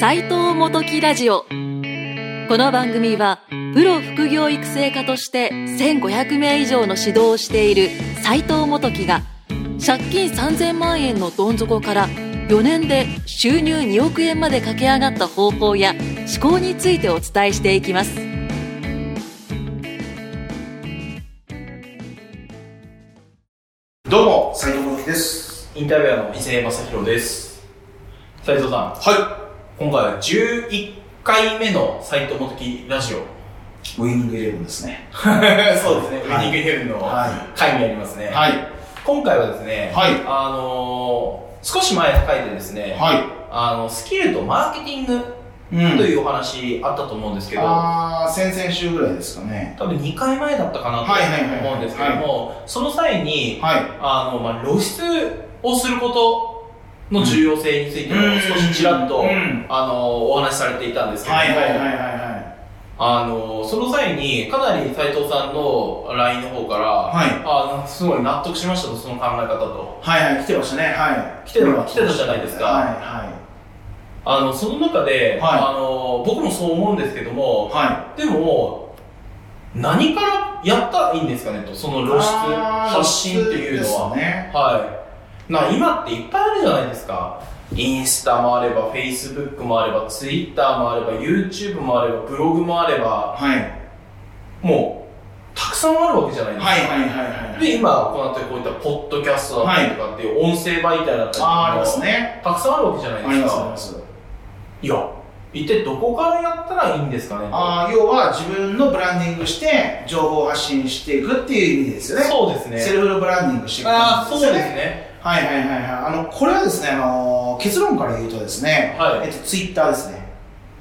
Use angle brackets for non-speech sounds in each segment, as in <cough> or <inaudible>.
斉藤元木ラジオこの番組はプロ副業育成家として1500名以上の指導をしている斉藤元木が借金3000万円のどん底から4年で収入2億円まで駆け上がった方法や思考についてお伝えしていきますどうも、斉藤幸です。インタビュアーの伊勢正弘です。斉藤さはん、今回は11回目の斉藤元木ラ <laughs> ジオ。い。ウイニングイレブンですね。そうですね、ウィはいニングイレブンのは回になりますね。はい。今回はですね、はいあのー少し前の回でですね、はあの、スキルとマーケティングい。うんというお話あったと思うんですけど、あー、先々週ぐらいですかね。多分2回前だったかなはいはいはいと思うんですけども、その際に、はあの、まあ、露出をすることの重要性についい。ても少しちらっと、うん。あのお話しされていたんですけども、はいはいはいはいはあのその際にかなり斉藤さんの LINE の方から、い。あのすごい納得しましたとその考え方とはい。はいはい、来てましたね。はい。来てた来てたじゃないですかはあのその中で、はいあの僕もそう思うんですけどいもはい。はでも何からやったらいいんですかねとそのい。露出あー発信ってい露出うのは、ですね。はいな今っていっぱいあるじゃないですかインスタもあれば、フェイスブックもあれば、ツイッターもあれば、YouTube もあれば、ブログもあれば、はい。もう、たくさんあるわけじゃないですか。はいはいはいはい。で、今、こうなってこういったポッドキャストだったりとかっていう音声媒体だったりとか、あー、ありますね。たくさんあるわけじゃないあでりすますありか。ます。いや、一体どこからやったらいいんですかね。あー、要は自分のブランディングして、情報を発信していくっていう意味ですよね。そうですセね。ルフブランディングしていくっていああ、意そう味ですよね。はいはいはいはい。あの、これはですね、あのー結論から言うとですね、はいえっと、ツイッターですね。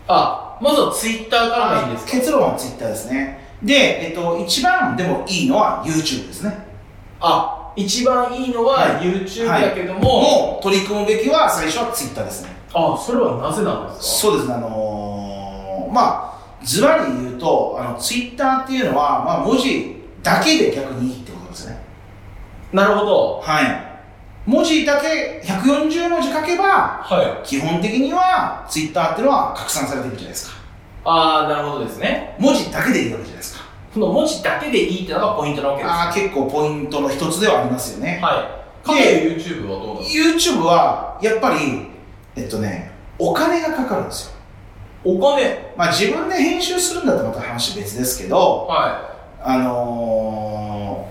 あ、まずはツイッターからがいいんですか結論はツイッターですね。で、えっと、一番でもいいのは YouTube ですね。あ、一番いいのはは YouTube はいだけども、もう取り組むべきは最初はツイッターですね。あ、それはなぜなんですかそうですね、あのーまあ、ズバリ言うと、あの、ツイッターっていうのは、まあ、文字だけで逆にいいってことですね。なるほど。はい。文字だけ、140文字書けば、はい。基本的にはツイッターっていうのは拡散されていくじゃないですか。ああ、なるほどですね。文字だけでいいわけじゃないですか。この文字だけでいいってのがポイントなわけです。はあー結構ポイントの一つではありますよね、い。かける YouTube はどうなんですか YouTube はやっぱりえっとねお金がかかるんですよお金まあ自分で編集するんだったらまた話別ですけどはあの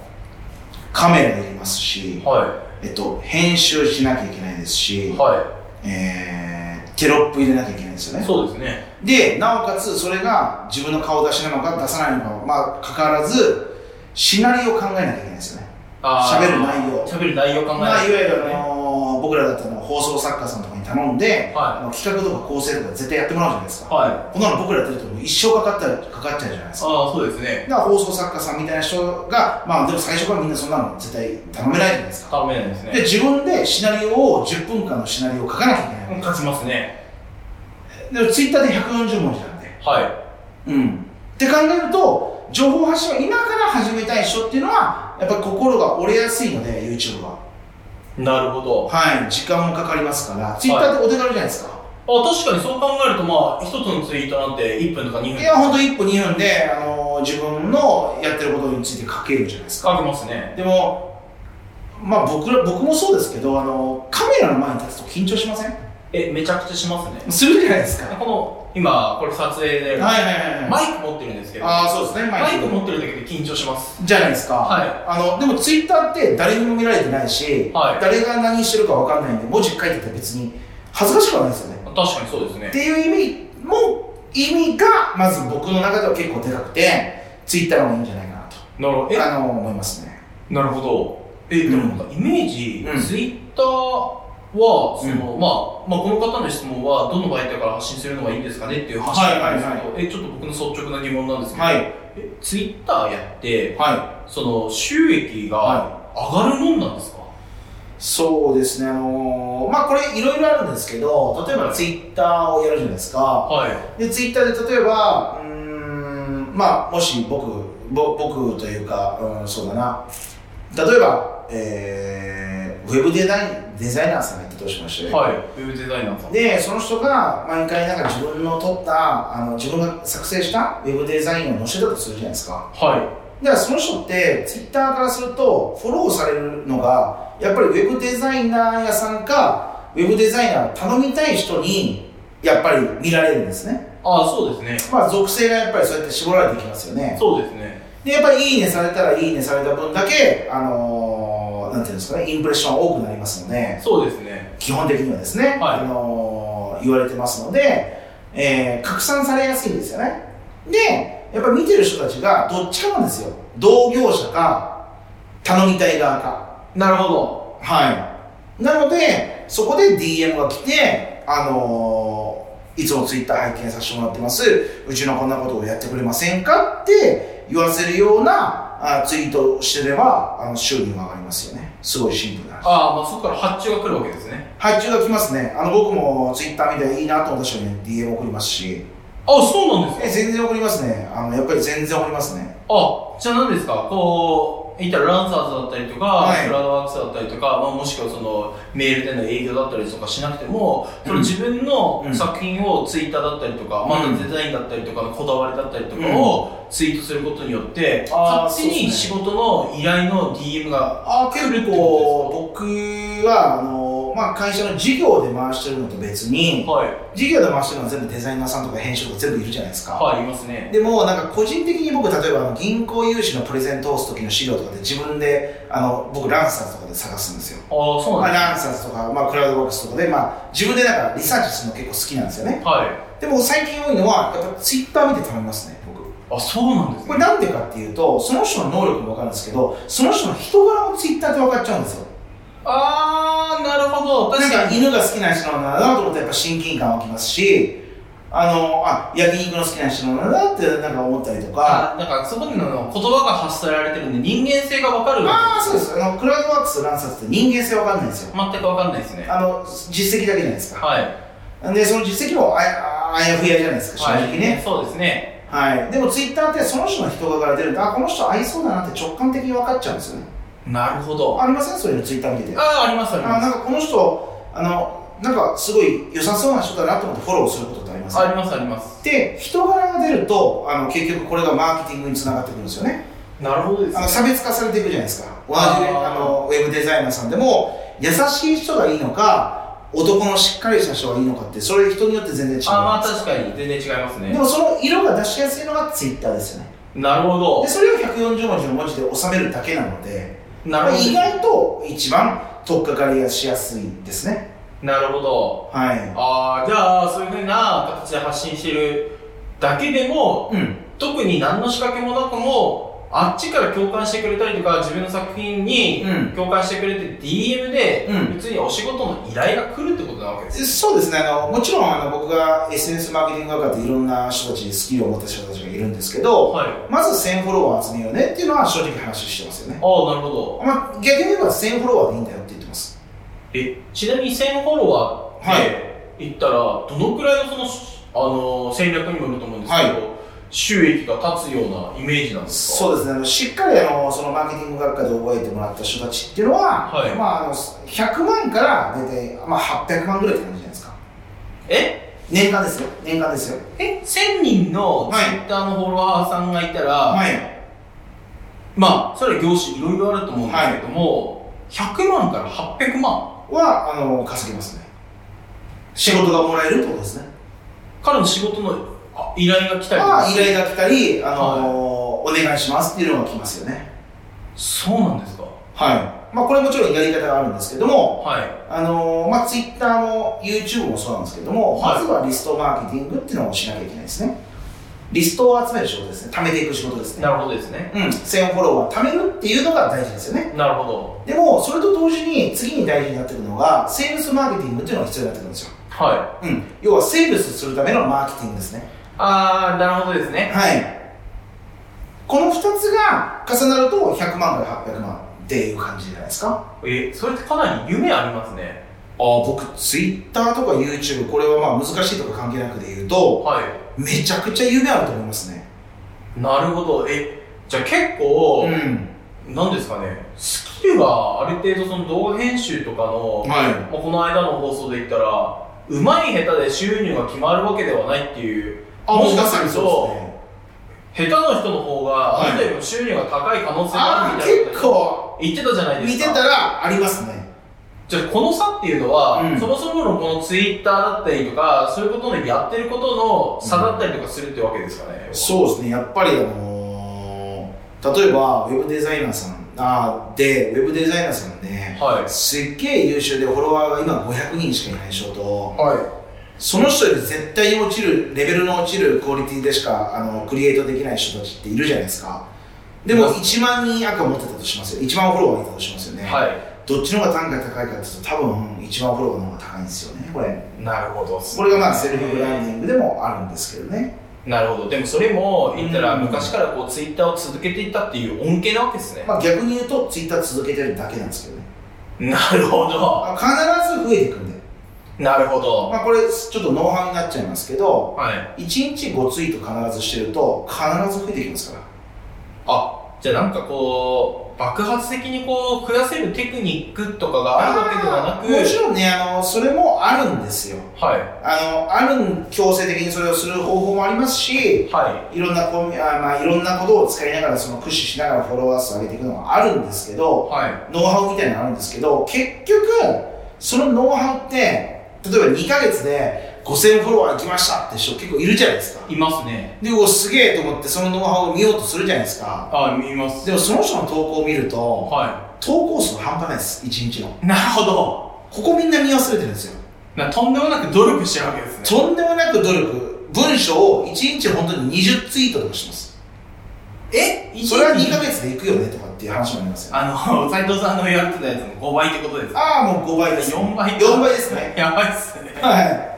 ーカメラいりますしい、はえっと、編集しなきゃいけないですいし、はえー、テロップ入れなきゃいけないんですよいねそうですねでなおかつそれが自分の顔出しなのか出さないのかまあかかわらずシナリオを考えなきゃいけないんですよねあー喋る内容喋る内容考えまあ、いわゆる、あはのー僕らだったら放送作家さんとかに頼んで、はいあの企画とか構成とか絶対やってもらうじゃないですか、いこんなの僕らやってると一生かかったりかかっちゃうじゃないですかああそうですねだから放送作家さんみたいな人がまあでも最初からみんなそんなの絶対頼めないじゃないですかダメなんですでね自分でシナリオを10分間のシナリオを書かなきゃいけないわ勝ちますねけででツイッターで140文字なんではうんって考えると情報発信を今から始めたい人っていうのはやっぱり心が折れやすいので YouTube はいなるほどはい時間もかかりますからツイッターってお手軽じゃないですか、あ確かにそう考えるとまあ一つのツイートなんて1分とか2分いや、本当一1歩2分で、あのー自分のやってることについて書けるじゃないですか。かけますねでも、まあ僕ら僕もそうですけど、あのーカメラの前に立つと緊張しませんえめちゃくちゃしますねするじゃないですか。はいこの今これ撮影ではいはいはい。マイク持ってるんですけどああ、そうですね、ママイイククも。持ってるだけで緊張しますじゃないですか。はいあの、でもツイッターって誰にも見られてないし、はい誰が何してるかわかんないんで、文字書いてて別に恥ずかしくはないですよね。確かにそうですっねていう意味も、意味が、まず僕の中では結構でかくて、ツイッターの方がいいんじゃないかなと、なるほどえあのー思いますね。なるほど。え、でもなんかイメージ、うんツイッターは、その、うまあ、まあ、この方の質問は、どの媒体から発信するのがいいんですかねっていう話はいなはいんはでいすけど、え、ちょっと僕の率直な疑問なんですけど、はい。えツイッターやって、はい。その収益が上がるもんなんですか、そうですね、あのーまあこれいろいろあるんですけど、例えばツイッターをやるじゃないですか。はい、で、ツイッターで例えば、うーん、まあもし僕、ぼ僕というか、うん、そうだな。例えば、えーウェブデザインデザイナーさんがいたとしまして、はい、ウェブデザイナーさん。でその人が毎回なんか自分の撮ったあの自分が作成したウェブデザインを載せたとするじゃないですかはだからその人ってツイッターからするとフォローされるのがやっぱりウェブデザイナー屋さんかウェブデザイナーを頼みたい人いやっぱり見られるんですねい。ああ、そうですね。まあ属性がやっぱりそうやって絞られてきますよねそうですね。でやっぱり「いいね」されたら「いいね」された分だけあのーなんていうんですかねインプレッション多くなりますのでそうですね。基本的にはですね、はいあのー言われてますので、えー拡散されやすいんですよねでやっぱり見てる人たちがどっちかなんですよ同業者か頼みたい側かなるほど。はいなのでそこで DM が来てあのーいつもツイッター拝見させてもらってますうちのこんなことをやってくれませんかって言わせるようなあツイートをしてればあの収入が上がりますよねすごいシンプルな話ああ、まあそこから発注が来るわけですね。発注が来ますね。あの、僕もツイッター見ていいなと思った人に DM 送りますし、あそうなんですえ全然送りますね。あの、やっぱり全然送りますね。あ、じゃあ何ですかこう、言ったらランサーズだったりとか、はいクラウドワークスだったりとか、まあ、もしくはそのメールでの営業だったりとかしなくても、その自分のうん作品をツイッターだったりとか、まうんたデザインだったりとかのこだわりだったりとかをツイートすることによって、あー勝手に仕そ事の依頼の DM が、あ結構、僕は、あの、まあ、会社の事業で回してるのと別に、はい、事業で回してるのは全部デザイナーさんとか編集とか全部いるじゃないですか。はい、いますね。でも、なんか個人的に僕、例えばあの銀行融資のプレゼントを押す時の資料とかで自分で、あの、僕、ランサーズとかで探すんですよ。ああ、そうまなんあ、ですランサーズとか、まあ、クラウドワークスとかで、まあ、自分でなんかリサーチするの結構好きなんですよね。ね。はい。でも最近多いのは、やっぱツイッター見て頼みますね、僕。あ、そうなんですこれね。なんでかっていうと、その人の能力もわかるんですけど、その人の人柄もツイッターで分かっちゃうんですよ。ああ、なるほど。なん確かかに。犬が好きな人なんだなと思ってやっぱ親近感湧きますし、あの、あ、焼肉の好きな人なんだなってなんか思ったりとか、あなんかそこでの言葉が発せられてるんで人間性がわかるまあそうです。あの、クラウドワークスとランサーズって人間性わかんないんですよ。全くわかんないですねあの、実績だけじゃないですか。はいで、その実績もあやあやふやじゃないですか、正はい直ね。そうですねはい。でもツイッターってその人の人柄から出ると、あ、この人合いそうだなって直感的に分かっちゃうんですよね。なるほどあありませんそういうのツイッター見ててああありますありまなんかこの人あのなんかすごい良さそうな人だなと思ってフォローすることってありますすかありますありますで人柄が出るとあの結局これがマーケティングにつながってくるんですよねなるほどであの差別化されていくじゃないですか同じねあーあのウェブデザイナーさんでも優しい人がいいのか男のしっかりした人がいいのかってそれ人によって全然違うあまあ確かに全然違いますでねもその色が出しやすいのがツイッターですよねなるほどでそれを140文字の文字で収めるだけなのでなるほ意ど外と一番取っかかりがしやすいですねなるほどはい。ああじゃあそういうふうな形で発信してるだけでもうん。特に何の仕掛けもなくもあっちから共感してくれたりとか自分の作品にうん共感してくれて DM で、うん普通にお仕事の依頼が来るってことなわけですそうですね。あの、もちろん、あの、僕が SNS マーケティング学科っていろんな人たちにスキルを持った人たちがいるんですけど、はいあまず1000フォロワー集めようねっていうのは正直話してますよね。あなるほどまあ、逆に言えば1000フォロワーでいいんだよって言ってます。えちなみに1000フォロワーって言ったらどのくらいのその、あのー戦略にもよると思うんですけど、収益が立つようなイメージなんですかそうですねあの。しっかり、あの、そのマーケティング学科で覚えてもらった人たちっていうのは、はいまあ、あの、100万から大体、まあ、800万ぐらいって感じじゃないですか。え年間ですよ。年間ですよ。え1000人のはいツイッターのフォロワーさんがいたら、はい。まあそれは業種いろいろあると思うんですけども、100万から800万は、あの、稼ぎますね。仕事がもらえるってことですね。からの仕事のあ依頼が来たりとまかあ、依して頼が来たり、あのお願いしますっていうのが来ますよね。そうなんですかはい。まあ、これもちろんやり方があるんですけども、はいあのまあ、Twitter も YouTube もそうなんですけども、はいまずはリストマーケティングっていうのをしなきゃいけないですね。リストを集める仕事ですね。貯めていく仕事ですね。なるほどですねうん。1000フォロワー貯めるっていうのが大事ですよね。なるほどでも、それと同時に次に大事になってくるのが、セールスマーケティングっていうのが必要になってくるんですよ。はいうん。要は、セールスするためのマーケティングですね。ああなるほどですねはい。この2つが重なると100万から800万っていう感じじゃないですか。えそれってかなり夢ありますねああ、僕、Twitter とか YouTube、これはまあ難しいとか関係なくで言うと、はいめちゃくちゃ夢あると思いますね。なるほどえじゃあ結構、ん。なんですかね好スペはある程度その動画編集とかの、はまあ、この間の放送で言ったらうまい下手で収入が決まるわけではないっていうあ、もうまさにそうですね。下手の人の方がはいある程度収入が高い可能性があるあみあたいなー、こ結と構、言ってたじゃないで見すてかたらありますね。じゃあこの差っていうのは、うんそもそものこのツイッターだったりとかそういうことのやってることの差だったりとかするってわけですかね、そうですね、やっぱり、あのー例えば、ウェブデザイナーさん、あーで、ウェブデザイナーさんね、はいすっげえ優秀で、フォロワーが今500人しかいない衝動。はその人より絶対に落ちるレベルの落ちるクオリティでしかあのクリエイトできない人たちっているじゃないですかでもまあ1万人赤持ってたとしますよ1万フォロワーいたとしますよね、はどっちの方が単価高いかっていうと多分1万フォロワーの方が高いんですよねこれいなるほどこれがまあセルフブランディングでもあるんですけどねなるほどでもそれも言ったらうん昔からこうツイッターを続けていったっていう恩恵なわけですね、まあ逆に言うとツイッター続けてるだけなんですけどねなるほどまあ必ず増えていくんで、なるほどまあ、これちょっとノウハウになっちゃいますけどはい1日5ツイート必ずしてると必ず増えていきますからあじゃあなんかこう爆発的にこう増やせるテクニックとかがあるわけではなくもちろんねあのそれもあるんですよはあのある強制的にそれをする方法もありますしいはいいろんなコミあ、まあ、いろんなことを使いながらその駆使しながらフォロワー数を上げていくのがあるんですけどはノウハウみたいなのあるんですけど結局そのノウハウって例えば2ヶ月で5000フォロワー来ましたって人結構いるじゃないですかいいますねでうおすげえと思ってそのノウハウを見ようとするじゃないですかあ見ますでもその人の投稿を見るとは投稿数が半端ないです1日のいなるほどここみんな見忘れてるんですよなとんでもなく努力してるわけですねとんでもなく努力文章を1日本当に20ツイートとかしますえそれは2ヶ月でいくよねとかっていう話もありますよあの斎藤さんのやってたやつの5倍ってことですああもう5倍です4倍4倍ですねやばいっすねはい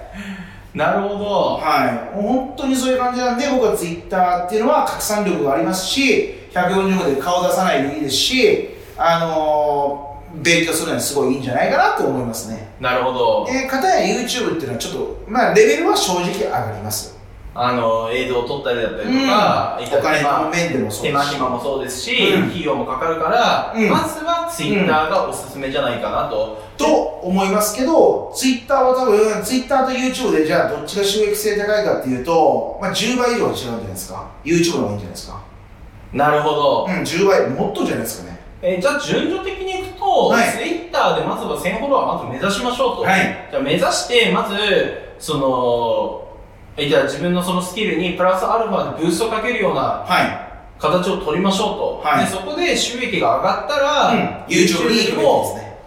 なるほどはいもう本当にそういう感じなんで僕はツイッターっていうのは拡散力がありますし140語で顔出さないでいいですしあのー勉強するのにすごいいいんじゃないかなと思いますねなるほどえー、かたや YouTube っていうのはちょっとまあレベルは正直上がりますあの映像を撮ったりだったりとか、おいったり金まのあ面でもそう手で間すし暇もそうですし、うん費用もかかるから、うんまずはツイッターがおすすめじゃないかなと、と思いますけど、ツイッターは多分、ツイッターと YouTube でじゃあどっちが収益性高いかっていうと、まあ、10倍以上は違うんじゃないですか。YouTube の方がいいんじゃないですか。なるほど、うん、10倍、もっとじゃないですかね。えーじゃあ順序的にいくと、はいツイッターでまずは1000フォロワーまず目指しましょうと、はいじゃあ目指してまずそのえーじゃあ自分のそのスキルにプラスアルファでブーストをかけるようなは形を取りましょうと、はいでそこで収益が上がったら、うん、YouTube に行くべきですもね。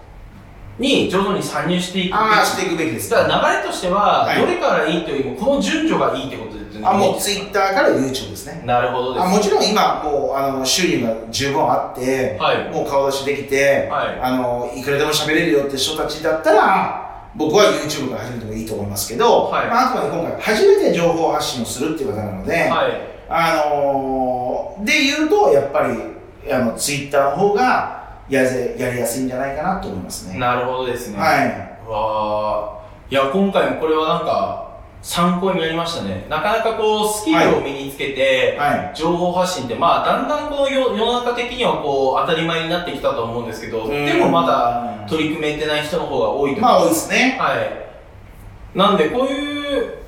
に徐々に参入していくああ、していくべきです。だから流れとしては、はいどれからいいというよりもこの順序がいいってことですよねあ、もうツイッターから YouTube ですね。なるほどですあもちろん今、もう、あの、収入が十分あって、はいもう顔出しできて、はいあの、いくらでも喋れるよって人たちだったら、僕は YouTube から始めてもいいと思いますけど、はいまあ、あくまで今回初めて情報発信をするっていう方なので、はいあのーで言うと、やっぱり、あの、ツイッターの方がやぜ、やりやすいんじゃないかなと思いますね。なるほどですね、はい。わあいや今回もこれはなんか参考になりましたねなかなかこうスキルを身につけて、はい。情報発信ってまあだんだんこの世世の中的にはこう当たり前になってきたと思うんですけどうんでもまだ取り組めてない人の方が多いと思いまあ、多いま、ですすね。はいなんでこういう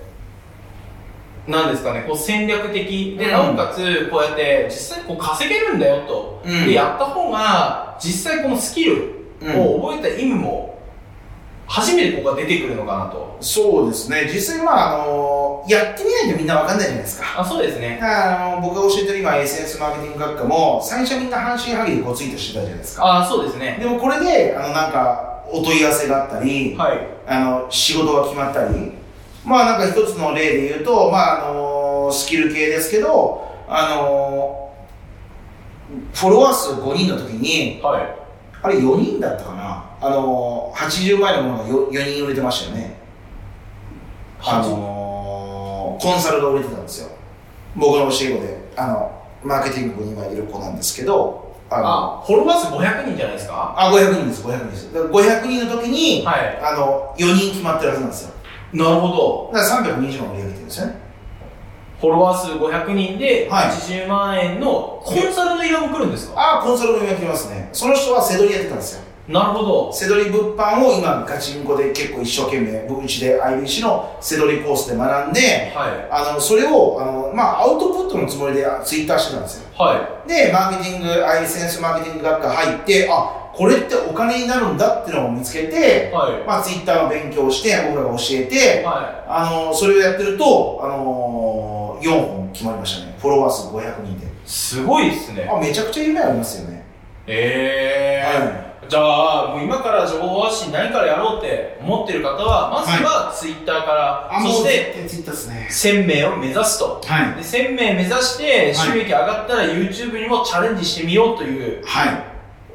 なんですかねこう戦略的で、うんなおかつこうやって実際こう稼げるんだよと、うんでやった方が実際このスキルうんを覚えた意味も初めてここが出てくるのかなとそうですね。実際、まあ、あのーやってみないとみんなわかんないじゃないですか。あそうですねあの僕が教えてる今、SNS マーケティング学科も、最初みんな半信半疑でこうツイートしてたじゃないですか。あそうですねでもこれで、あの、なんか、お問い合わせがあったり、はいあの仕事が決まったりまあなんか一つの例で言うとまああのスキル系ですけどあのフォロワー数5人の時にはあれ4人だったかなあの80枚のものが 4, 4人売れてましたよねあのコンサルが売れてたんですよ僕の教え子であのマーケティング部に今いる子なんですけどあのああフォロワー数500人じゃないですか500人です500人ですだから500人の時に、はいあの4人決まってるはずなんですよなるほどだから320万売り上げてるんですよねフォロワー数500人ではい80万円のコンサルの依頼も来るんですか、ああ、コンサルの予約来ますね。その人はセドリやってたんですよ。なるほどセドリ物販を今、ガチンコで結構一生懸命、僕うちで IBC のセドリコースで学んで、はあの、それを、あの、まあ、アウトプットのつもりでツイッターしてたんですよ。いはで、マーケティング、アイセンスマーケティング学科入って、あ、これってお金になるんだってのを見つけいて、はまあ、ツイッターを勉強して、僕らが教えいて、はあの、それをやってると、あの、4本決まりましたね。フォロワー数500人で。いすごいですねあ、めちゃくちゃ夢ありますよね。ええーはじゃあもう今から情報発信ないからやろうって思ってる方はまずはツイッターから、あ、もうそして絶対ツイッターですね。 1000名を目指すとはい。で1000名目指して収益上がったら YouTube にもチャレンジしてみようというはい。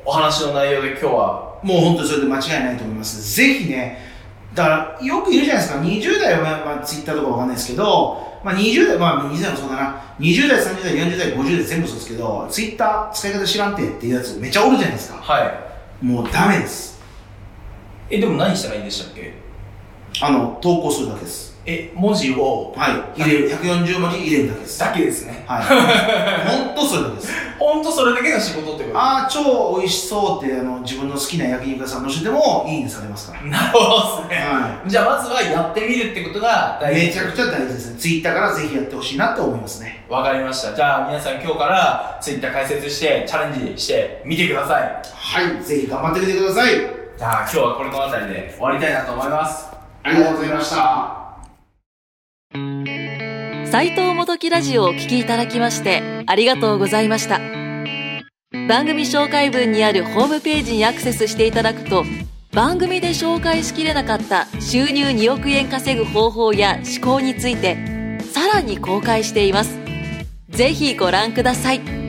お話の内容で今日はもう本当にそれで間違いないと思います。ぜひね、だからよくいるじゃないですか、20代は、まあまあ、ツイッターとかわかんないですけど、まあ、20代、まあ、20代もそうだな、20代、30代、40代、50代全部そうですけど、ツイッター使い方知らんてっていうやつめっちゃおるじゃないですか。はもうダメです。いえでも何したらいいんでしたっけあの、投稿するだけです。え文字をはい。入れる、140文字入れるだけです。だけですねはい。 <laughs> 本当それだけです。本当それだけが仕事ってことああ、超美味しそうって、あの、自分の好きな焼肉屋さんの人でも、いいねされますから。なるほどですねはい。じゃあまずはやってみるってことが大事めちゃくちゃ大事ですね。ツイッターからぜひやってほしいなって思いますね。わかりましたじゃあ皆さん今日からツイッター解説してチャレンジしてみてくださいはい、ぜひ頑張ってみてください。じゃあ今日はこれのあたりで終わりたいなと思いますありがとうございました。斉藤元木ラジオをお聞きいただきましてありがとうございました番組紹介文にあるホームページにアクセスしていただくと番組で紹介しきれなかった収入2億円稼ぐ方法や思考についてさらに公開していますぜひご覧ください